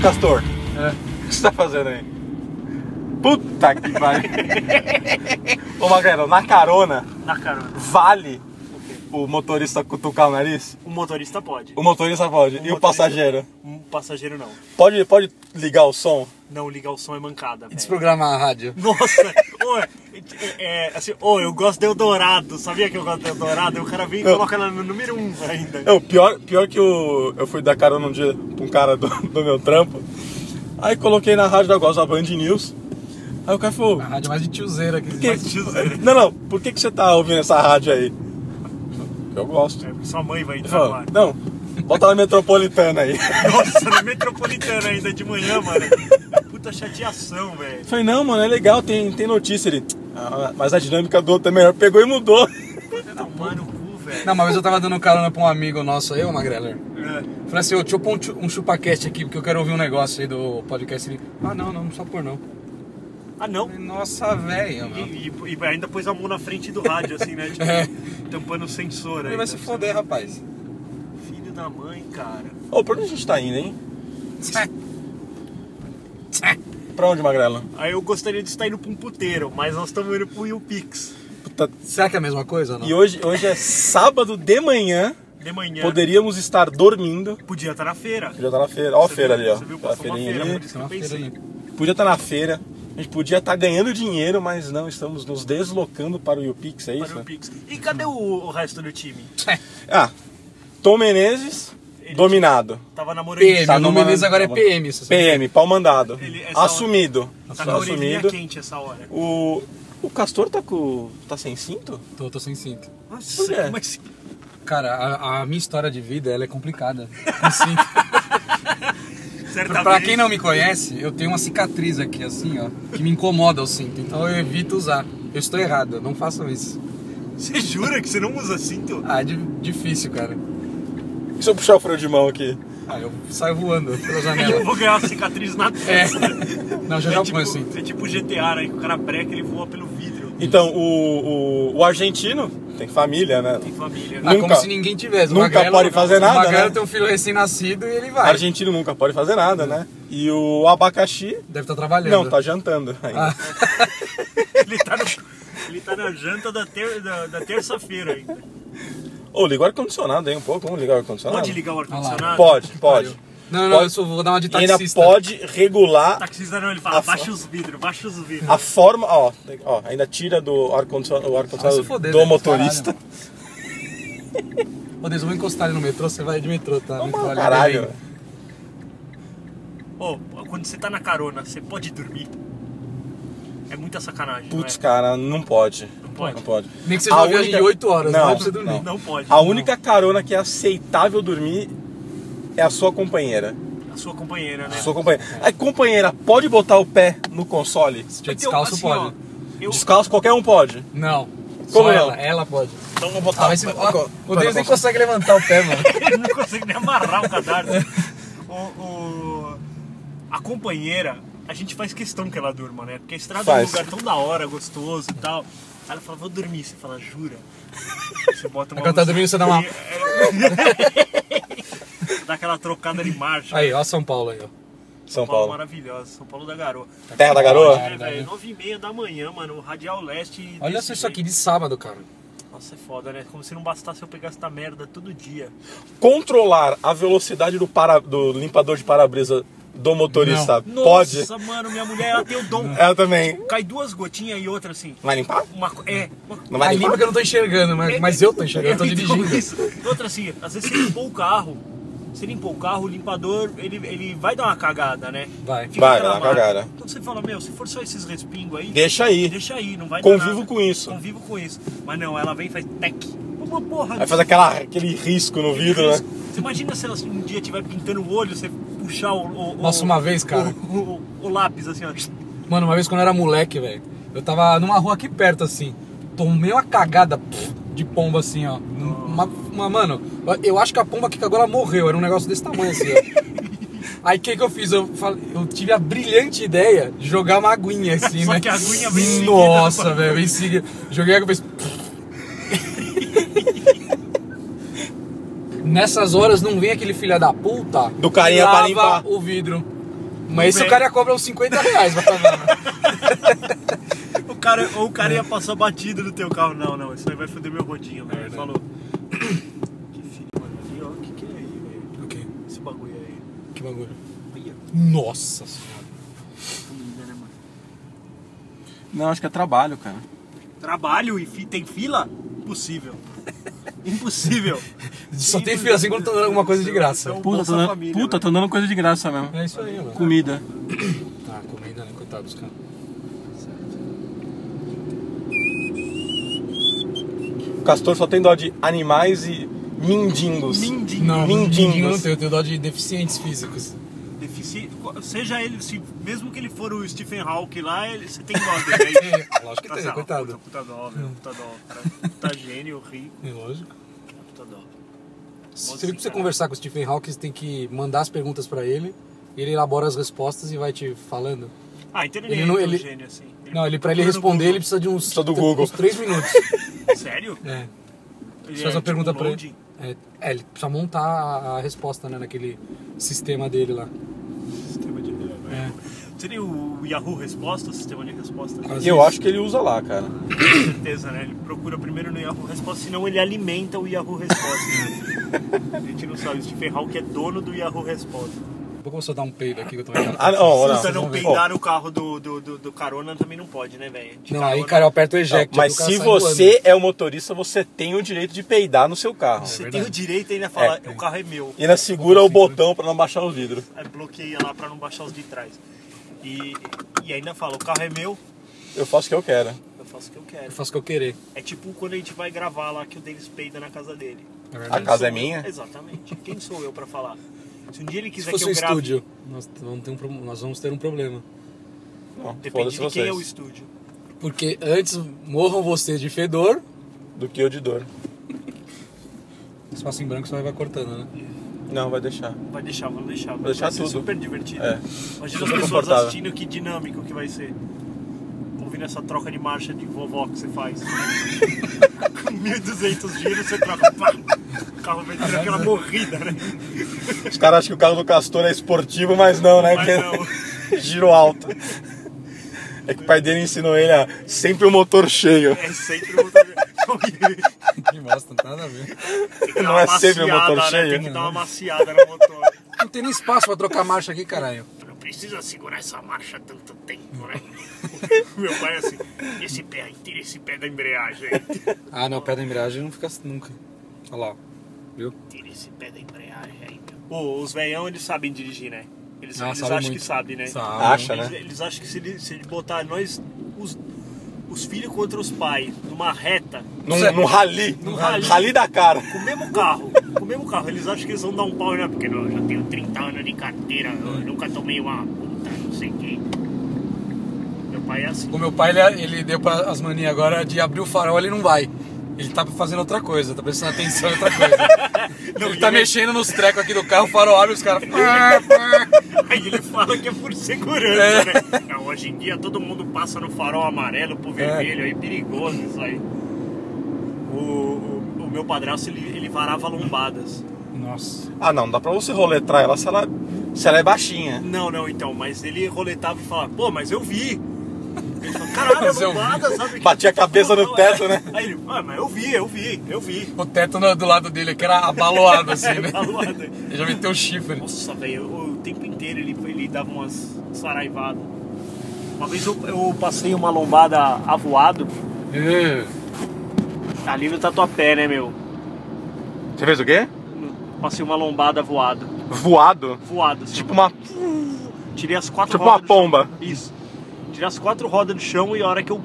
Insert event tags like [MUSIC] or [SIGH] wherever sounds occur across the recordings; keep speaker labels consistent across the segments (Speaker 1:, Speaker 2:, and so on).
Speaker 1: Castor, o que você tá fazendo aí? Puta que pariu. Ô, Magrelo, na carona,
Speaker 2: Na carona.
Speaker 1: vale o motorista cutucar o nariz?
Speaker 2: O motorista pode.
Speaker 1: O motorista pode. e o
Speaker 2: motorista-
Speaker 1: passageiro?
Speaker 2: Um passageiro não.
Speaker 1: Pode, pode ligar o som?
Speaker 2: Não ligar o som é mancada. velho.
Speaker 3: Desprogramar a rádio.
Speaker 2: [LAUGHS] Nossa, ô, é, é, assim, ô, eu gosto de Eldorado. Sabia que eu gosto de Eldorado? O cara vem e coloca ela no número 1 um ainda.
Speaker 1: Não, pior, pior que eu, eu fui dar carona um dia pra um cara do, do meu trampo. Aí coloquei na rádio da Gosta Band News. Aí o cara falou.
Speaker 3: A rádio é mais de tiozeira que
Speaker 1: "Que-
Speaker 3: existe.
Speaker 1: não, não, por que, que você tá ouvindo essa rádio aí? Eu gosto.
Speaker 2: É, Sua mãe vai
Speaker 1: Ele
Speaker 2: entrar
Speaker 1: falou,
Speaker 2: lá.
Speaker 1: não, bota na metropolitana aí. Eu
Speaker 2: Nossa, na metropolitana ainda de manhã, mano. Puta chateação, velho.
Speaker 1: falei, não, mano, é legal, tem, tem notícia. Ele, "Ah, mas a dinâmica do outro é melhor. Pegou e mudou. [LAUGHS]
Speaker 2: Tomar no cu, velho.
Speaker 3: Não, uma vez eu tava dando carona pra um amigo nosso aí, o Magreller.
Speaker 2: É.
Speaker 3: Falei assim, ô, deixa eu pôr um, chu- um chupacast aqui, porque eu quero ouvir um negócio aí do podcast. Ele, ah, não, não, não só pôr não.
Speaker 2: Ah, não.
Speaker 3: Falei, Nossa, velho,
Speaker 2: E,
Speaker 3: mano.
Speaker 2: e- e ainda pôs a mão na frente do rádio, assim, né? Tipo,
Speaker 3: [LAUGHS] É.
Speaker 2: tampando o sensor
Speaker 3: Ele
Speaker 2: aí.
Speaker 3: vai se foder, rapaz.
Speaker 2: Filho da mãe, cara.
Speaker 1: Ô, pra onde a gente tá indo, hein? Pra onde, Magrela?
Speaker 2: Aí eu gostaria de estar indo pra um puteiro, mas nós estamos indo pro YouPix.
Speaker 1: Puta,
Speaker 3: Será que é a mesma coisa ou não?
Speaker 1: E hoje, hoje é sábado de manhã.
Speaker 2: De manhã.
Speaker 1: Poderíamos estar dormindo.
Speaker 2: Podia estar na feira.
Speaker 1: Podia estar na feira. Ó a
Speaker 2: Você
Speaker 1: feira
Speaker 2: viu-
Speaker 1: ali, ó.
Speaker 2: você viu?
Speaker 1: Tá a
Speaker 2: Passou uma
Speaker 1: feirinha
Speaker 2: feira, né?
Speaker 1: ali.
Speaker 2: por isso que eu
Speaker 3: Tem É uma né?
Speaker 2: pensei.
Speaker 3: feirinha.
Speaker 1: Podia estar na feira. A gente podia estar ganhando dinheiro, mas não, estamos nos deslocando para o YouPix, é
Speaker 2: Para
Speaker 1: isso?
Speaker 2: o Pix. E cadê o, o resto do time?
Speaker 1: Ah, Tom Menezes,
Speaker 2: Ele-
Speaker 1: dominado.
Speaker 2: Tava namorando.
Speaker 3: PM,
Speaker 1: Tá
Speaker 3: o nome
Speaker 1: numa-
Speaker 3: deles agora é
Speaker 1: tá
Speaker 3: PM. isso sabe?
Speaker 1: PM, pau mandado.
Speaker 2: Ele- essa
Speaker 1: Assumido.
Speaker 2: Tá com a orelhinha
Speaker 1: Assumido.
Speaker 2: quente essa hora.
Speaker 1: O, o Castor tá com. tá sem cinto?
Speaker 3: Tô, tô sem cinto.
Speaker 1: Por quê?
Speaker 2: Nossa, assim? mas...
Speaker 3: Cara, a, a minha história de vida, ela é complicada. Com cinto.
Speaker 2: Certa
Speaker 3: pra, pra
Speaker 2: vez-
Speaker 3: quem não me conhece, eu tenho uma cicatriz aqui, assim, ó, que me incomoda o cinto. Então eu evito usar. Eu estou errado, não façam isso.
Speaker 2: Você jura que você não usa cinto?
Speaker 3: Ah, é di- difícil, cara.
Speaker 1: E se eu puxar o freio de mão aqui?
Speaker 3: Ah, eu saio voando pela
Speaker 2: Eu
Speaker 3: janela.
Speaker 2: vou ganhar uma cicatriz na testa.
Speaker 3: É. Não, já
Speaker 2: É
Speaker 3: já
Speaker 2: tipo,
Speaker 3: põe o cinto.
Speaker 2: é tipo GTA, né? Que o cara breca ele voa pelo vidro.
Speaker 1: Então, o, o, o argentino tem família, né?
Speaker 2: Tem
Speaker 3: [LAUGHS]
Speaker 2: família,
Speaker 3: Ah,
Speaker 2: né?
Speaker 1: Nunca-
Speaker 3: como se ninguém tivesse. O
Speaker 1: nunca
Speaker 3: Magrelo-
Speaker 1: pode fazer nada,
Speaker 3: O Magrelo
Speaker 1: né?
Speaker 3: tem um filho recém-nascido e ele vai.
Speaker 1: Argentino nunca pode fazer nada, né? E o abacaxi
Speaker 3: Deve estar trabalhando.
Speaker 1: Não, tá jantando ainda.
Speaker 3: Ah.
Speaker 2: Ele tá, no- ele tá na janta da, ter- da- da terça-feira ainda.
Speaker 1: Ô, liga o ar-condicionado aí um pouco, vamos ligar o ar-condicionado?
Speaker 2: Pode ligar o ar-condicionado?
Speaker 1: Pode, pode.
Speaker 3: Não, não,
Speaker 1: Pode-
Speaker 3: eu só vou dar uma né? de
Speaker 1: E ainda
Speaker 3: taxista. Tá
Speaker 1: pode regular
Speaker 2: Taxista não, ele fala,
Speaker 1: A fa-
Speaker 2: baixa os vidros, baixa os vidros.
Speaker 1: a forma, ó, tem- ó, ainda tira do ar-condicionado o
Speaker 3: Vai
Speaker 1: ar-condicionado
Speaker 3: se foder,
Speaker 1: do
Speaker 3: né?
Speaker 1: motorista.
Speaker 3: Ô, Deus, eu vou encostar ele no metrô, você vai de metrô, tá?
Speaker 1: Ô,
Speaker 3: Metrô
Speaker 1: mano,
Speaker 3: ali,
Speaker 1: Caralho.
Speaker 3: Belém.
Speaker 2: Ô, quando você tá na carona, você pode dormir? É muita sacanagem,
Speaker 1: Putz,
Speaker 2: não
Speaker 1: cara, não pode. Não
Speaker 2: pode.
Speaker 1: Não pode.
Speaker 3: Nem que seja uma viagem de 8 horas, não,
Speaker 1: não
Speaker 3: é pra você dormir.
Speaker 2: é? Não pode.
Speaker 1: A única carona que é aceitável dormir é a sua companheira.
Speaker 2: A sua companheira, né?
Speaker 1: A sua companheira. A companheira pode botar o pé no console?
Speaker 3: Se tiver
Speaker 2: Então,
Speaker 3: descalço,
Speaker 2: assim,
Speaker 3: pode.
Speaker 2: ó, eu,
Speaker 1: Descalço, qualquer um pode.
Speaker 3: Não.
Speaker 1: Como
Speaker 3: só
Speaker 1: não?
Speaker 3: ela, ela pode.
Speaker 1: Então vou
Speaker 3: Ah,
Speaker 1: botar
Speaker 3: vai se... ó, o Deus nem consegue levantar o pé, [LAUGHS] mano.
Speaker 2: ele não consegue nem amarrar o cadarço. O, o- a companheira, a gente faz questão que ela durma, né? Porque a estrada é um
Speaker 1: Faz.
Speaker 2: lugar tão da hora, gostoso e tal. Aí ela fala, vou dormir. Você fala, jura? Você bota uma
Speaker 3: Aí quando tá dormindo, você dá uma-
Speaker 2: é. [LAUGHS] dá aquela trocada de marcha.
Speaker 3: Aí, ó São Paulo aí, ó.
Speaker 1: São
Speaker 2: São Paulo
Speaker 1: Paulo.
Speaker 2: maravilhosa, São Paulo da Garoa.
Speaker 1: Terra da garoa?
Speaker 2: É, velho, 9 e meia da manhã, mano, o Radial Leste.
Speaker 3: Olha
Speaker 2: desse
Speaker 3: só isso aqui
Speaker 2: jeito.
Speaker 3: de sábado, cara.
Speaker 2: Nossa, é foda, né? Como se não bastasse eu pegar essa merda todo dia.
Speaker 1: controlar a velocidade do, para- do limpador de para-brisa do motorista pode?
Speaker 2: Nossa, mano, minha mulher, ela tem o dom.
Speaker 1: Ela também.
Speaker 2: Cai duas gotinhas e outra assim.
Speaker 1: Vai limpar?
Speaker 2: Uma, co- é, uma,
Speaker 1: Não vai
Speaker 3: Aí limpa
Speaker 1: limpar?
Speaker 3: que eu não tô enxergando, mas, mas eu tô enxergando, eu tô
Speaker 2: Então, [LAUGHS]
Speaker 3: dirigindo.
Speaker 2: isso. Outra assim, às vezes você limpou o carro. Você limpou o carro, o limpador, ele, ele vai dar uma cagada, né?
Speaker 3: Vai.
Speaker 1: Vai,
Speaker 2: aquela
Speaker 1: dá uma
Speaker 2: marca.
Speaker 1: cagada.
Speaker 2: Então você fala, meu, se for só esses respingos aí,
Speaker 1: Deixa aí.
Speaker 2: deixa aí, não vai
Speaker 1: Convivo
Speaker 2: dar nada.
Speaker 1: com isso.
Speaker 2: Convivo com isso. Mas não, ela vem e faz tec. Uma porra.
Speaker 1: Aí faz aquela, aquele risco no vidro, né?
Speaker 2: Você imagina se ela assim, um dia estiver pintando o olho, você puxar o. o- o-
Speaker 3: Nossa, uma vez, cara.
Speaker 2: O, o- o lápis, assim, ó.
Speaker 3: Mano, uma vez quando eu era moleque, velho, eu tava numa rua aqui perto, assim, tomei uma cagada pff, de pomba, assim, ó. Uma, uma- mano, eu acho que a pomba que cagou, ela morreu, era um negócio desse tamanho, assim, ó. Aí o que que eu fiz? Eu, falei- eu tive a brilhante ideia de jogar uma aguinha, assim,
Speaker 2: Só
Speaker 3: né?
Speaker 2: que a aguinha vem em seguida.
Speaker 3: Nossa, velho, vem em seguida. Joguei a água e fez... Nessas horas não vem aquele filha da puta
Speaker 1: Do carinha
Speaker 3: que
Speaker 1: pra
Speaker 3: lava
Speaker 1: limpar.
Speaker 3: o vidro. Mas esse
Speaker 2: bem.
Speaker 3: o cara cobra uns 50 reais pra falar.
Speaker 2: O cara, ou o
Speaker 3: É.
Speaker 2: cara ia passar batido no teu carro. Não, não, isso aí vai foder meu rodinho, velho. Ele falou. Que filho, mano. ali, ó, que que é aí, velho?
Speaker 3: O quê?
Speaker 2: Esse bagulho aí.
Speaker 3: Que bagulho.
Speaker 2: Olha,
Speaker 3: Nossa senhora.
Speaker 2: comida, né, mano?
Speaker 1: Não, acho que é trabalho, cara.
Speaker 2: Trabalho e fi- tem fila? Impossível.
Speaker 3: [LAUGHS]
Speaker 2: Impossível.
Speaker 3: Só tem fila assim quando tá dando alguma coisa de graça.
Speaker 2: Então,
Speaker 1: Puta,
Speaker 2: Bolsa
Speaker 1: tá dando,
Speaker 2: Família,
Speaker 1: puta,
Speaker 2: velho.
Speaker 1: tá dando coisa de graça mesmo.
Speaker 3: É isso aí, mano.
Speaker 1: Comida.
Speaker 3: Ah, comida, né? Coitado dos caras.
Speaker 1: O Castor só tem dó de animais e mendigos.
Speaker 2: Mindinho.
Speaker 3: Não,
Speaker 1: Mendigos.
Speaker 3: mendigo eu não tenho, eu tenho dó de deficientes físicos.
Speaker 2: Defici... Seja ele, se... mesmo que ele for o Stephen Hawking lá, ele... você tem dó dele.
Speaker 3: [LAUGHS]
Speaker 2: né?
Speaker 3: É, Lógico que tem,
Speaker 2: Nossa,
Speaker 3: coitado.
Speaker 2: Puta, puta dó, velho. Puta dó. Cara, é um
Speaker 3: [LAUGHS]
Speaker 2: puta gênio, rico.
Speaker 3: É lógico.
Speaker 2: Puta dó.
Speaker 3: Se
Speaker 2: Nossa,
Speaker 3: você
Speaker 2: cara.
Speaker 3: conversar com o Stephen Hawking, você tem que mandar as perguntas pra ele, ele elabora as respostas e vai te falando.
Speaker 2: Ah, então ele,
Speaker 3: Ele
Speaker 2: nem
Speaker 3: não-
Speaker 2: é tão
Speaker 3: ele-
Speaker 2: gênio assim.
Speaker 3: Não, ele pra ele
Speaker 2: procura no
Speaker 3: responder, ele
Speaker 2: Google.
Speaker 3: precisa de uns,
Speaker 1: Precisa do Google.
Speaker 3: uns
Speaker 1: [LAUGHS]
Speaker 3: 3 minutos.
Speaker 2: Sério?
Speaker 3: É.
Speaker 2: Ele
Speaker 3: Você faz
Speaker 1: é
Speaker 3: uma
Speaker 2: tipo
Speaker 3: pergunta pra
Speaker 2: loading?
Speaker 3: ele. É, é, ele precisa montar a, a resposta, né, naquele sistema dele lá.
Speaker 2: Sistema de... né?
Speaker 3: É.
Speaker 2: Seria o Yahoo Resposta, o sistema de resposta?
Speaker 3: Quase.
Speaker 1: E eu acho que ele usa lá, cara.
Speaker 2: Com certeza, né? Ele procura primeiro no Yahoo Resposta, senão ele alimenta o Yahoo Resposta. né? A gente não sabe, o Stephen Hawking é dono do Yahoo Resposta.
Speaker 3: Vou começar a dar um peido aqui que
Speaker 1: [COUGHS]
Speaker 3: eu tô vendo.
Speaker 1: Ah, não, não.
Speaker 2: Se você é não
Speaker 1: Vamos ver.
Speaker 2: peidar o carro do, do, do, do carona, também não pode, né, velho? De
Speaker 3: tá Não, aí, cara, eu aperto o eject.
Speaker 1: Mas
Speaker 3: aí o cara
Speaker 1: se
Speaker 3: sai voando.
Speaker 1: você é o motorista, você tem o direito de peidar no seu carro.
Speaker 2: Você
Speaker 3: É
Speaker 2: tem
Speaker 3: verdade.
Speaker 2: o direito ainda de falar,
Speaker 1: É.
Speaker 2: o carro é meu.
Speaker 1: E ainda segura o botão pra não baixar o vidro.
Speaker 2: Aí bloqueia lá pra não baixar os de trás. E, e ainda fala, o carro é meu,
Speaker 1: Eu faço o que eu quero.
Speaker 2: eu faço o que eu
Speaker 3: Eu
Speaker 2: quero.
Speaker 3: faço o que eu querer.
Speaker 2: É tipo quando a gente vai gravar lá que o Denis peida na casa dele.
Speaker 3: na
Speaker 1: A
Speaker 3: verdade.
Speaker 1: casa é
Speaker 2: Sou eu-
Speaker 1: minha?
Speaker 2: Exatamente. Quem sou eu pra falar? Se um dia ele
Speaker 3: Se
Speaker 2: quiser
Speaker 3: fosse
Speaker 2: que
Speaker 3: um
Speaker 2: eu grave,
Speaker 3: estúdio, nós vamos, ter um, pro- nós vamos ter um problema.
Speaker 1: Não,
Speaker 2: depende
Speaker 1: foda-se
Speaker 2: de quem é o
Speaker 1: vocês.
Speaker 2: estúdio.
Speaker 3: Porque antes morram vocês de fedor,
Speaker 1: Do que eu de dor.
Speaker 3: espaço em branco só vai cortando, né?
Speaker 1: Não, vai deixar.
Speaker 2: Vai deixar, vamos deixar. Vai
Speaker 1: deixar
Speaker 2: ser
Speaker 1: tudo.
Speaker 2: super divertido.
Speaker 1: É.
Speaker 2: Imagina
Speaker 1: Super
Speaker 2: as pessoas
Speaker 1: confortável.
Speaker 2: assistindo que dinâmico que vai ser. Ouvindo essa troca de marcha de vovó que você
Speaker 1: [LAUGHS]
Speaker 2: faz. Com 1200 giros você troca. Pá! O carro vai ter aquela morrida, né?
Speaker 1: Os caras acham que o carro do Castor é esportivo, mas não, né?
Speaker 2: Mas
Speaker 1: Porque- [LAUGHS] Giro alto. É que o pai dele ensinou ele a sempre o motor cheio.
Speaker 2: É sempre
Speaker 1: [LAUGHS]
Speaker 2: o motor.
Speaker 3: [LAUGHS]
Speaker 2: é
Speaker 3: Que bosta, não tem nada a ver.
Speaker 2: Tem que dar
Speaker 1: Não
Speaker 2: uma
Speaker 1: é sempre o
Speaker 2: maciada,
Speaker 1: motor
Speaker 2: né?
Speaker 1: cheio?
Speaker 2: Tem que dar uma maciada no motor.
Speaker 3: Não tem nem espaço pra trocar marcha aqui, caralho.
Speaker 2: Não precisa segurar essa marcha tanto tempo, [LAUGHS] né? Meu pai é assim, esse pé aí, tira esse pé da embreagem. aí.
Speaker 3: Ah, não, pé da miragem não fica assim nunca. Olha lá, ó. viu?
Speaker 2: Tira esse pé da embreagem aí. meu. Ô, os veião, eles sabem dirigir, né? Eles,
Speaker 3: Ah,
Speaker 2: eles
Speaker 3: sabe
Speaker 2: acham
Speaker 3: muito.
Speaker 2: que sabem, né?
Speaker 3: Sabe.
Speaker 1: Acha,
Speaker 2: Eles,
Speaker 1: né?
Speaker 2: eles acham que se, ele- se ele botar nós, os, os filhos contra os pais, numa reta,
Speaker 1: Num, num rali.
Speaker 2: Num rali.
Speaker 1: Rali da cara.
Speaker 2: com o mesmo carro, com o mesmo carro, eles acham que eles vão dar um pau, né? Porque não, eu já tenho 30 anos de carteira, eu nunca tomei uma puta, não sei o quê. Meu pai é assim.
Speaker 3: O meu pai, ele, ele deu para as manias agora de abrir o farol, ele não vai. Ele tá fazendo outra coisa, tá prestando atenção em outra [LAUGHS] coisa.
Speaker 2: Não,
Speaker 3: ele tá
Speaker 2: e ele-
Speaker 3: mexendo nos trecos aqui do carro, o farol abre os caras.
Speaker 2: [LAUGHS] Aí ele fala que é por segurança,
Speaker 3: É.
Speaker 2: né? Não, hoje em dia todo mundo passa no farol amarelo pro vermelho, é, perigoso isso aí. O, o- o meu padrasto, ele, ele varava lombadas.
Speaker 3: [LAUGHS] Nossa.
Speaker 1: Ah, não, dá pra você roletrar ela se ela, se ela é baixinha.
Speaker 2: Não, não, então, mas ele roletava e falava, pô, mas eu vi. Ele falou, caralho,
Speaker 3: Mas
Speaker 2: a
Speaker 3: eu vi.
Speaker 2: lombada, sabe? que-
Speaker 1: Batia a cabeça no
Speaker 2: Não,
Speaker 1: teto,
Speaker 2: é.
Speaker 1: né?
Speaker 2: Aí ele, ah, mas eu vi, eu vi, eu vi.
Speaker 3: O teto no- do lado dele aqui era abaloado assim, [LAUGHS]
Speaker 2: [LAUGHS]
Speaker 3: né?
Speaker 2: Abaloado.
Speaker 3: Ele já meteu o chifre.
Speaker 2: Nossa, velho, o tempo inteiro ele, ele dava umas saraivadas. Uma vez eu, eu passei uma lombada avoado,
Speaker 3: É,
Speaker 2: ali no Tatuapé, né, meu?
Speaker 1: Você fez o quê?
Speaker 2: Passei uma lombada voado.
Speaker 1: Voado?
Speaker 2: Voado, assim.
Speaker 1: Tipo uma.
Speaker 2: Tirei as quatro
Speaker 1: Tipo
Speaker 2: rodas.
Speaker 1: uma
Speaker 2: do chão.
Speaker 1: pomba.
Speaker 2: Isso. Tirei as quatro rodas do chão e a hora que eu.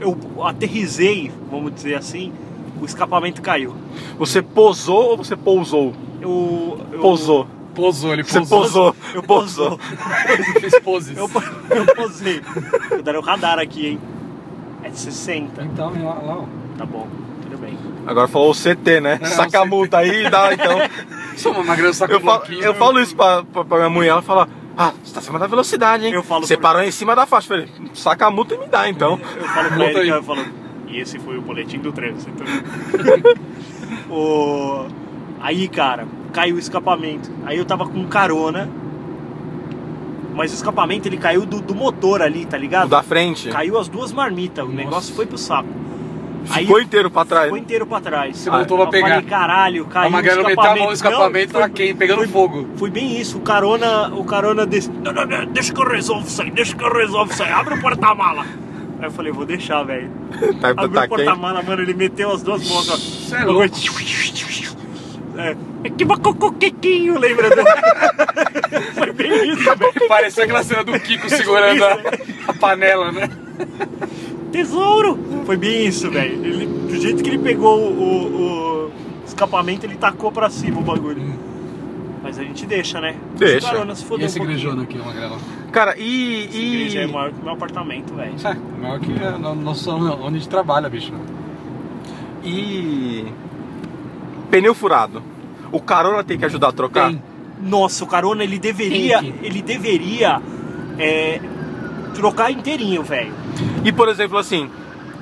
Speaker 2: Eu aterrisei, vamos dizer assim, o escapamento caiu.
Speaker 1: Você posou ou você pousou?
Speaker 2: Eu. eu
Speaker 1: Pousou.
Speaker 3: Posou, ele
Speaker 1: Você
Speaker 3: posou.
Speaker 1: posou.
Speaker 2: Eu pousou.
Speaker 3: [LAUGHS] Fez poses.
Speaker 2: Eu, [LAUGHS] eu posei. Vou dar o radar aqui, hein? É de 60.
Speaker 3: Então, lá, lá, ó.
Speaker 2: Tá bom, tudo bem.
Speaker 1: Agora falou o CT, né?
Speaker 3: É,
Speaker 1: Saca
Speaker 3: o
Speaker 1: a multa aí e dá, então.
Speaker 3: Só uma magrela saca
Speaker 1: Eu
Speaker 3: o
Speaker 1: falo,
Speaker 3: bloquinho.
Speaker 2: né?
Speaker 1: eu falo isso pra, pra, pra minha mulher, ela fala. Ah, você tá acima da velocidade, hein?
Speaker 2: Eu falo
Speaker 1: Você
Speaker 2: por-
Speaker 1: parou em cima da faixa. Eu Falei, saca a multa e me dá, então.
Speaker 2: Eu falo pra
Speaker 3: Volta
Speaker 2: ele,
Speaker 3: aí.
Speaker 2: eu falo, e esse foi o boletim do trânsito. [LAUGHS] o... Aí, cara, caiu o escapamento. Aí eu tava com carona Mas o escapamento ele caiu do, do motor ali, tá ligado?
Speaker 1: O da frente
Speaker 2: Caiu as duas marmitas, o negócio foi pro saco.
Speaker 1: ficou inteiro né? pra trás.
Speaker 2: Ficou inteiro pra trás. Você
Speaker 3: voltou pra
Speaker 2: Eu
Speaker 3: pegar.
Speaker 2: falei, caralho, caiu
Speaker 3: A Magrela
Speaker 2: o
Speaker 3: meteu a mão no
Speaker 2: Não,
Speaker 3: escapamento, tá
Speaker 2: foi-
Speaker 3: tava quente, pegando
Speaker 2: foi-
Speaker 3: fogo. [LAUGHS]
Speaker 2: Foi bem isso, o carona, o carona desse. Não, não, não, deixa que eu resolvo isso aí, deixa que eu resolvo isso aí, abre o porta-mala. Aí eu falei, vou deixar, velho.
Speaker 1: Tá, tá,
Speaker 2: Abriu
Speaker 1: tá
Speaker 2: o
Speaker 1: quente.
Speaker 2: porta-mala, mano, ele meteu as duas mãos, ó.
Speaker 3: Cê é louco.
Speaker 2: É, é que bacocoquequinho, lembra? [LAUGHS] do- Foi bem isso, velho.
Speaker 3: Parecia aquela cena do Kiko segurando a, a panela, né?
Speaker 2: Tesouro! Foi bem isso, velho. Ele- Do jeito que ele pegou o, o- o escapamento, ele tacou pra cima o bagulho. Mas a gente deixa, né?
Speaker 1: Deixa.
Speaker 2: Esse Carona, se
Speaker 3: E
Speaker 2: fodeu
Speaker 3: esse
Speaker 2: um pouquinho.
Speaker 3: igrejona aqui, Magrela?
Speaker 1: Cara, e.
Speaker 2: Essa igreja
Speaker 1: e-
Speaker 2: é maior que o meu apartamento, velho.
Speaker 3: É, maior que a no- nossa onde a gente trabalha, bicho.
Speaker 1: E. Pneu furado. O carona tem que ajudar a trocar?
Speaker 3: Tem.
Speaker 2: Nossa, o carona, ele deveria.
Speaker 3: Tem é que.
Speaker 2: Ele deveria é, trocar inteirinho, velho.
Speaker 1: E por exemplo, assim,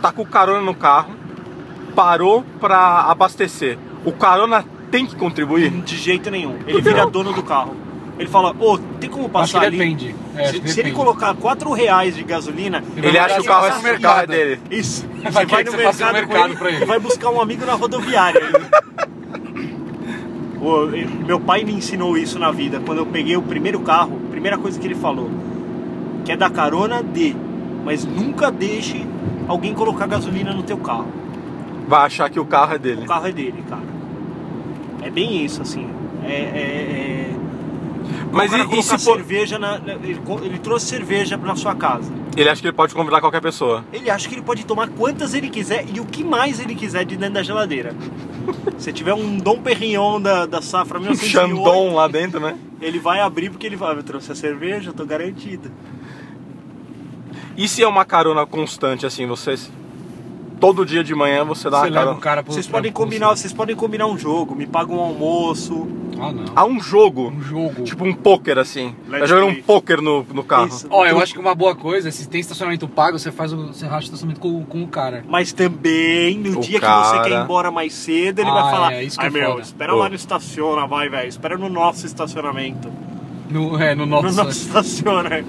Speaker 1: tá com o carona no carro, parou pra abastecer. O carona tem que contribuir?
Speaker 2: De jeito nenhum. Ele vira dono do carro. Ele fala, ô, tem como
Speaker 3: Acho
Speaker 2: passar
Speaker 3: que
Speaker 2: ali?
Speaker 3: depende. É, acho
Speaker 2: se,
Speaker 3: que
Speaker 2: se ele
Speaker 3: depende.
Speaker 2: colocar 4 reais de gasolina,
Speaker 3: Ele
Speaker 1: Ele
Speaker 3: vai
Speaker 1: acha
Speaker 3: ter
Speaker 1: que o
Speaker 3: que
Speaker 1: carro
Speaker 3: passar
Speaker 1: é,
Speaker 3: no
Speaker 1: o carro é
Speaker 3: mercado.
Speaker 1: dele.
Speaker 2: assim, Isso.
Speaker 3: [LAUGHS] Vai
Speaker 2: Você
Speaker 3: querer
Speaker 2: vai
Speaker 3: que
Speaker 2: no
Speaker 3: você passe no
Speaker 2: mercado,
Speaker 3: mercado
Speaker 2: com ele,
Speaker 3: pra ele.
Speaker 2: vai buscar um amigo na
Speaker 3: [LAUGHS]
Speaker 2: rodoviária. Ô, e- meu pai me ensinou isso na vida. Quando eu peguei o primeiro carro, a primeira coisa que ele falou, quer dar carona, dê. Mas nunca deixe alguém colocar gasolina no teu carro.
Speaker 1: Vai achar que o carro é
Speaker 2: O
Speaker 1: dele.
Speaker 2: carro é dele, cara. É bem isso, assim. É... é- é-
Speaker 1: Mas
Speaker 2: o cara
Speaker 1: e, e
Speaker 2: colocar
Speaker 1: se for...
Speaker 2: cerveja na- na- ele, co- ele trouxe cerveja pra sua casa.
Speaker 1: Ele acha que ele pode convidar qualquer pessoa.
Speaker 2: Ele acha que ele pode tomar quantas ele quiser e o que mais ele quiser de dentro da geladeira. [LAUGHS] Se tiver um Dom Perignon da, da safra
Speaker 1: Um
Speaker 2: 1908,
Speaker 1: Xandão lá dentro, né?
Speaker 2: ele vai abrir porque ele vai, "Ah, eu trouxe a cerveja, eu tô garantido.
Speaker 1: E se é uma carona constante, assim, vocês. Todo dia de manhã você dá
Speaker 3: Você
Speaker 1: uma
Speaker 3: leva o
Speaker 1: carona.
Speaker 3: cara pro.
Speaker 2: Vocês
Speaker 3: pra-
Speaker 2: podem
Speaker 3: pro-
Speaker 2: combinar, vocês podem combinar um jogo, me pagam um almoço.
Speaker 3: Ah, não.
Speaker 1: Há um jogo,
Speaker 3: Um jogo.
Speaker 1: tipo um pôquer, assim.
Speaker 2: Let's
Speaker 1: Tá jogando
Speaker 2: play.
Speaker 1: um pôquer no, no carro.
Speaker 2: Isso.
Speaker 3: Ó, eu acho que uma boa coisa é se tem estacionamento pago, você faz o, você racha o estacionamento com, com o cara.
Speaker 2: Mas também, no
Speaker 1: O
Speaker 2: dia que
Speaker 1: cara-
Speaker 2: você quer ir embora mais cedo, ele
Speaker 3: Ah,
Speaker 2: vai falar:
Speaker 3: é, isso que
Speaker 2: Ai
Speaker 3: é
Speaker 2: meu,
Speaker 3: foda."
Speaker 2: espera
Speaker 1: Pô.
Speaker 2: lá no estaciona, vai, velho, espera no nosso estacionamento.
Speaker 3: No, é, no
Speaker 2: No
Speaker 3: nosso.
Speaker 2: nosso estacionamento.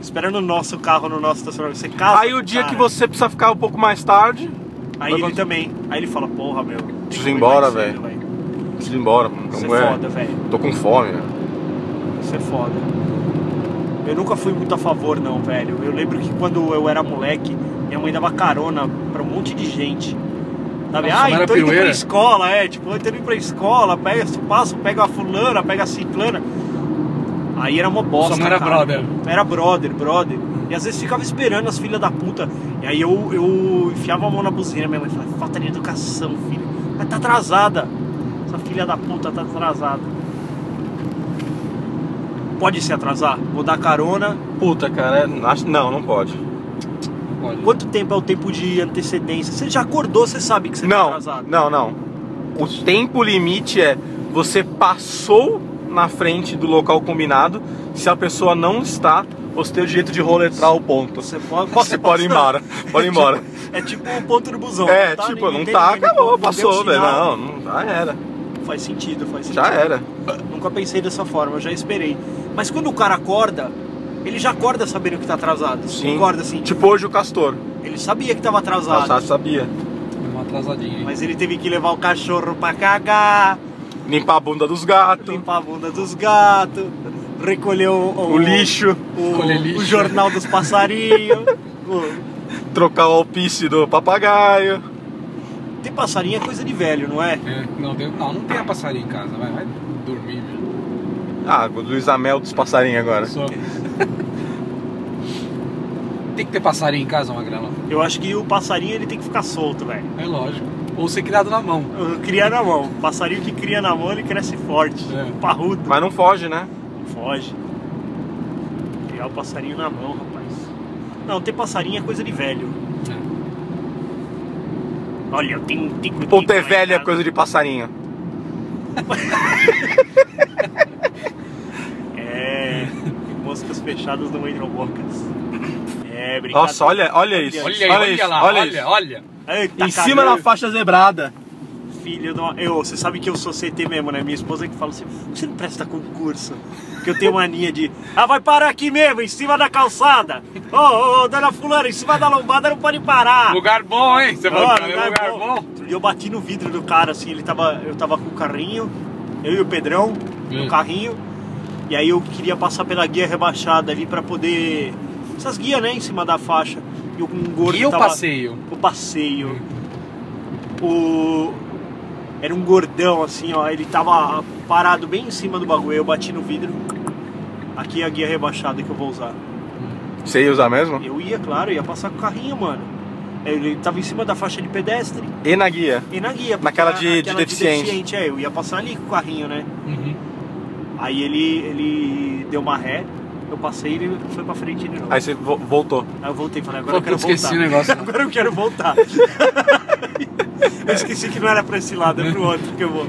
Speaker 2: Espera no nosso carro, no nosso estacionamento. Você casa
Speaker 1: Aí
Speaker 2: com
Speaker 1: o dia
Speaker 2: cara.
Speaker 1: que você precisa ficar um pouco mais tarde,
Speaker 2: Aí
Speaker 1: Vai
Speaker 2: ele
Speaker 1: acontecer.
Speaker 2: também. Aí ele fala, porra, meu. tem que
Speaker 1: Preciso ir
Speaker 2: comer
Speaker 1: embora,
Speaker 2: mais cedo, velho.
Speaker 1: preciso ir embora. mano.
Speaker 2: Isso
Speaker 1: Não
Speaker 2: é
Speaker 1: é.
Speaker 2: foda, velho.
Speaker 1: Tô com fome, velho.
Speaker 2: Isso é foda. Eu nunca fui muito a favor, não, velho. Eu lembro que quando eu era moleque, minha mãe dava carona pra um monte de gente. Sabe?
Speaker 3: Nossa,
Speaker 2: ah,
Speaker 3: não era
Speaker 2: então indo pra
Speaker 3: pirueira?
Speaker 2: escola, é. Tipo, eu tô indo pra escola, pega, passo, pega a fulana, pega a ciclana. Aí era uma bosta.
Speaker 3: Sua mãe era
Speaker 2: cara.
Speaker 3: brother.
Speaker 2: Era brother, brother. E às vezes ficava esperando as filhas da puta. E aí eu, eu enfiava a mão na buzina, minha mãe falava, falta de educação, filho. Mas tá atrasada. Essa filha da puta tá atrasada. Pode se atrasar? Vou dar carona.
Speaker 1: Puta, cara, é- acho... não, não pode.
Speaker 3: Olha.
Speaker 2: Quanto tempo é o tempo de antecedência? Você já acordou, você sabe que você tá
Speaker 1: não,
Speaker 2: atrasado.
Speaker 1: não, não. O tempo limite é você passou na frente do local combinado, se a pessoa não está, você tem o direito de roletrar o ponto.
Speaker 2: Você pode,
Speaker 1: Você pode ir embora, pode ir embora.
Speaker 2: É tipo o ponto do busão.
Speaker 1: É,
Speaker 2: não tá,
Speaker 1: tipo,
Speaker 2: ninguém
Speaker 1: não
Speaker 2: tem
Speaker 1: tá,
Speaker 2: ninguém,
Speaker 1: acabou,
Speaker 2: deu
Speaker 1: passou, velho.
Speaker 2: sinal.
Speaker 1: Não, não, já era.
Speaker 2: Faz sentido, faz sentido.
Speaker 1: Já era.
Speaker 2: Nunca pensei dessa forma, eu já esperei. Mas quando o cara acorda, ele já acorda sabendo que tá atrasado. Você
Speaker 1: Sim. Tá
Speaker 2: Concorda assim?
Speaker 1: Tipo hoje o Castor.
Speaker 2: Ele sabia que tava atrasado,
Speaker 1: Passado sabia.
Speaker 3: Uma atrasadinha. hein?
Speaker 2: mas ele teve que levar o cachorro pra cagar,
Speaker 1: Limpar a bunda dos gatos,
Speaker 2: limpar a bunda dos gatos, recolher o, o-
Speaker 1: o lixo,
Speaker 2: o,
Speaker 3: Colher lixo.
Speaker 2: o jornal dos passarinhos. O-
Speaker 1: trocar o alpice do papagaio.
Speaker 2: Ter passarinho é coisa de velho, não é?
Speaker 3: É, não, tem, não, não tem a passarinha em casa, vai, vai dormir, velho.
Speaker 1: Ah, o Luiz Amel dos passarinhos agora.
Speaker 3: Só- [LAUGHS] tem que ter passarinho em casa, Magrela?
Speaker 2: Eu acho que o passarinho ele tem que ficar solto, velho.
Speaker 3: É lógico. Ou ser criado na mão.
Speaker 2: Criar na mão. Passarinho que cria na mão, ele cresce forte,
Speaker 3: É.
Speaker 2: parrudo.
Speaker 1: Mas não foge, né?
Speaker 2: Foge. Criar o passarinho na mão, rapaz. Não, ter passarinho é coisa de velho. É. Olha, eu tenho um tico
Speaker 1: Ou ter velho é coisa de passarinho.
Speaker 2: É. Moscas fechadas não entram bocas. É, brincadeira.
Speaker 1: Nossa, olha, olha isso.
Speaker 3: Olha aí, olha,
Speaker 1: isso,
Speaker 3: lá,
Speaker 1: olha
Speaker 3: olha,
Speaker 1: isso.
Speaker 3: olha.
Speaker 2: Eita,
Speaker 1: Em cima
Speaker 2: caramba.
Speaker 1: da faixa zebrada.
Speaker 2: filho de uma... Eu, você sabe que eu sou CT mesmo, né? Minha esposa que fala assim, "Por que você não presta concurso? Porque eu tenho mania de... Ah, vai parar aqui mesmo, em cima da calçada. Ô, ô, ô, dona fulana, em cima da lombada não pode parar.
Speaker 4: Lugar bom, hein? Você falou
Speaker 2: Ó,
Speaker 4: que era lugar bom.
Speaker 2: é E eu bati no vidro do cara, assim, ele tava. Eu tava com o carrinho, eu e o Pedrão,
Speaker 4: Hum.
Speaker 2: no carrinho. E aí eu queria passar pela guia rebaixada ali pra poder. Essas guias, né, em cima da faixa. E um gordo.
Speaker 4: E o
Speaker 2: tava-
Speaker 4: passeio?
Speaker 2: O passeio. O. Era um gordão, assim, ó. Ele tava parado bem em cima do bagulho. Eu bati no vidro. Aqui é a guia rebaixada que eu vou usar.
Speaker 1: Você ia usar mesmo?
Speaker 2: Eu ia, claro, eu ia passar com o carrinho, mano. Ele tava em cima da faixa de pedestre.
Speaker 1: E na guia?
Speaker 2: E na guia. porque
Speaker 1: Naquela
Speaker 2: era-
Speaker 1: de- de
Speaker 2: aquela
Speaker 1: deficiente.
Speaker 2: É, eu ia passar ali com o carrinho, né?
Speaker 4: Uhum.
Speaker 2: Aí ele, ele deu uma ré, eu passei e ele foi pra frente de novo. Aí,
Speaker 1: Aí você vo- voltou.
Speaker 2: eu voltei e falei, agora
Speaker 4: Pô,
Speaker 2: eu quero
Speaker 4: putz, esqueci o
Speaker 3: né?
Speaker 2: voltar.
Speaker 4: negócio.
Speaker 2: [LAUGHS] Agora eu quero voltar. eu esqueci que não era pra esse lado, é pro outro que eu vou.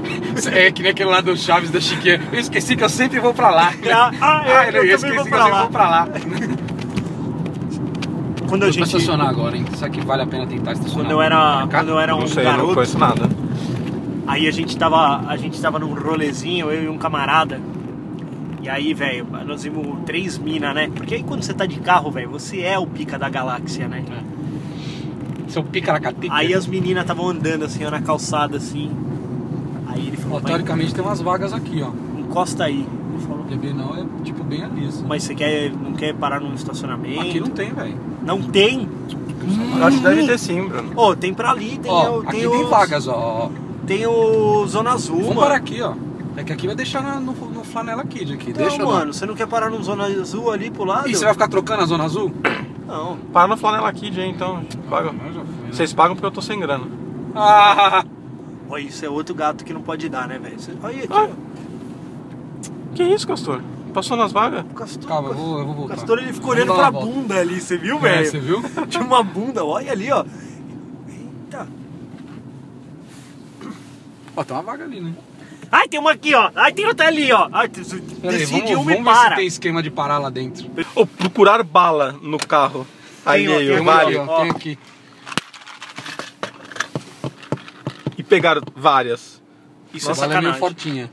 Speaker 4: É que nem aquele lá do Chaves da Chiqueira. Eu esqueci que eu sempre vou pra lá.
Speaker 2: [LAUGHS] Ah, ah, eu- eu também
Speaker 4: esqueci
Speaker 2: vou
Speaker 4: que
Speaker 2: pra
Speaker 4: eu sempre
Speaker 2: lá.
Speaker 4: vou pra lá.
Speaker 2: Quando
Speaker 3: Tá
Speaker 2: a
Speaker 4: Vou
Speaker 2: gente.
Speaker 4: estacionar agora, hein? Será que vale a pena tentar estacionar?
Speaker 2: Quando eu era,
Speaker 4: Cá?
Speaker 2: quando eu era um
Speaker 1: não sei, eu não
Speaker 2: garoto,
Speaker 1: conheço nada.
Speaker 2: Aí a gente tava, a gente tava num rolezinho, eu e um camarada. E aí, velho, nós vimos três minas, né? Porque aí quando você tá de carro, velho, você é o pica da galáxia, né?
Speaker 3: É.
Speaker 4: Seu picaracateca.
Speaker 2: Aí as meninas estavam andando assim, ó, na calçada, assim. Aí ele
Speaker 3: Ó,
Speaker 2: falou, "Vai,
Speaker 3: teoricamente tem umas vagas aqui, ó.
Speaker 2: encosta aí. Ele falou,
Speaker 3: DB não é tipo bem ali, assim.
Speaker 2: mas você quer, não quer parar num estacionamento?
Speaker 3: Aqui não tem, velho.
Speaker 2: Não tem?
Speaker 1: Eu acho que deve ter sim, Bruno.
Speaker 2: Ô, tem pra ali, tem,
Speaker 3: Ó,
Speaker 2: o,
Speaker 3: aqui
Speaker 2: o,
Speaker 3: tem vagas, ó.
Speaker 2: Tem o Zona Azul,
Speaker 3: Vamos
Speaker 2: mano.
Speaker 3: parar aqui, ó. É que aqui vai deixar na- no, no Flanela Kid aqui.
Speaker 2: Não,
Speaker 3: Deixa, não.
Speaker 2: mano, você não quer parar num Zona Azul ali pro lado?
Speaker 3: E você vai ficar trocando a Zona Azul?
Speaker 2: Não.
Speaker 1: Para no Flanela Kid, hein, então. Paga.
Speaker 3: Ah, já fui, né?
Speaker 1: Vocês pagam porque eu tô sem grana.
Speaker 3: Ah,
Speaker 2: Ó, isso é outro gato que não pode dar, né, velho? Você- Olha aqui,
Speaker 1: Ah.
Speaker 2: ó.
Speaker 1: Que isso, Castor? Passou nas vagas?
Speaker 2: O Castor.
Speaker 3: calma, eu vou, eu vou
Speaker 2: O
Speaker 3: voltar.
Speaker 2: Castor ele ficou
Speaker 3: Vamos
Speaker 2: olhando pra
Speaker 3: dar uma volta.
Speaker 2: bunda ali, você viu,
Speaker 3: É,
Speaker 2: velho?
Speaker 3: você viu?
Speaker 2: [LAUGHS] Tinha uma bunda, olha ali, ó. Eita.
Speaker 3: Ó, tem uma vaga ali, né?
Speaker 2: Ai, tem uma aqui, ó. Ai, tem outra ali, ó. Ai, tu- tu-
Speaker 3: Pera aí,
Speaker 2: decide
Speaker 3: vamos,
Speaker 2: uma um e
Speaker 3: vamos ver se
Speaker 2: para.
Speaker 3: tem esquema de parar lá dentro.
Speaker 1: Ou procurar bala no carro.
Speaker 2: Tem, ó, tem
Speaker 1: Alheio,
Speaker 2: um
Speaker 1: vale.
Speaker 3: Aqui,
Speaker 2: ó.
Speaker 3: ó, tem aqui.
Speaker 1: E pegaram várias.
Speaker 2: Isso
Speaker 3: Nossa,
Speaker 2: é
Speaker 3: ela é meio
Speaker 2: sacanagem.
Speaker 3: fortinha.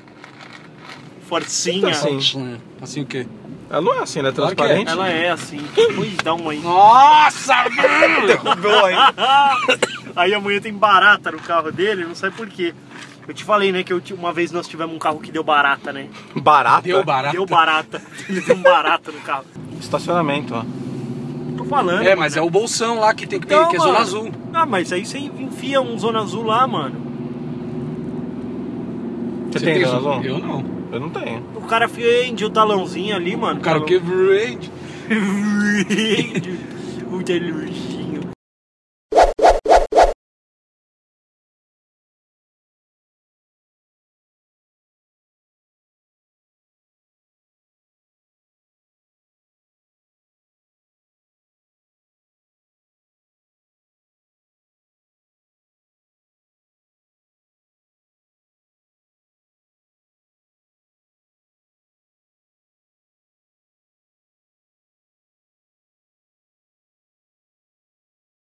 Speaker 2: Forcinha.
Speaker 1: Então, assim.
Speaker 3: Fortinha. Assim o quê?
Speaker 1: Ela não é assim, ela é
Speaker 3: Claro que é.
Speaker 1: transparente.
Speaker 2: Ela é assim. Ui, dá uma aí.
Speaker 3: [LAUGHS] Nossa, mano!
Speaker 1: Derrubou, hein?
Speaker 2: aí amanhã tem barata no carro dele, não sei por quê. Eu te falei, né, que eu ti- uma vez nós tivemos um carro que deu barata, né?
Speaker 1: Barata.
Speaker 3: Deu barato.
Speaker 2: Deu barata. Ele deu um barata no carro.
Speaker 1: Estacionamento, ó.
Speaker 2: Tô falando.
Speaker 3: É, mas é
Speaker 2: mano.
Speaker 3: o bolsão lá que tem que ter,
Speaker 2: Então,
Speaker 3: que é Zona
Speaker 2: mano.
Speaker 3: Azul.
Speaker 2: Ah, mas aí você enfia um zona azul lá, mano.
Speaker 1: Você, tem, tem
Speaker 3: Zona
Speaker 1: razão?
Speaker 3: Eu não.
Speaker 1: Eu não tenho.
Speaker 2: O cara vende o [LAUGHS] talãozinho ali, mano.
Speaker 3: O cara o quê? Verde.
Speaker 2: é Vende o talãozinho.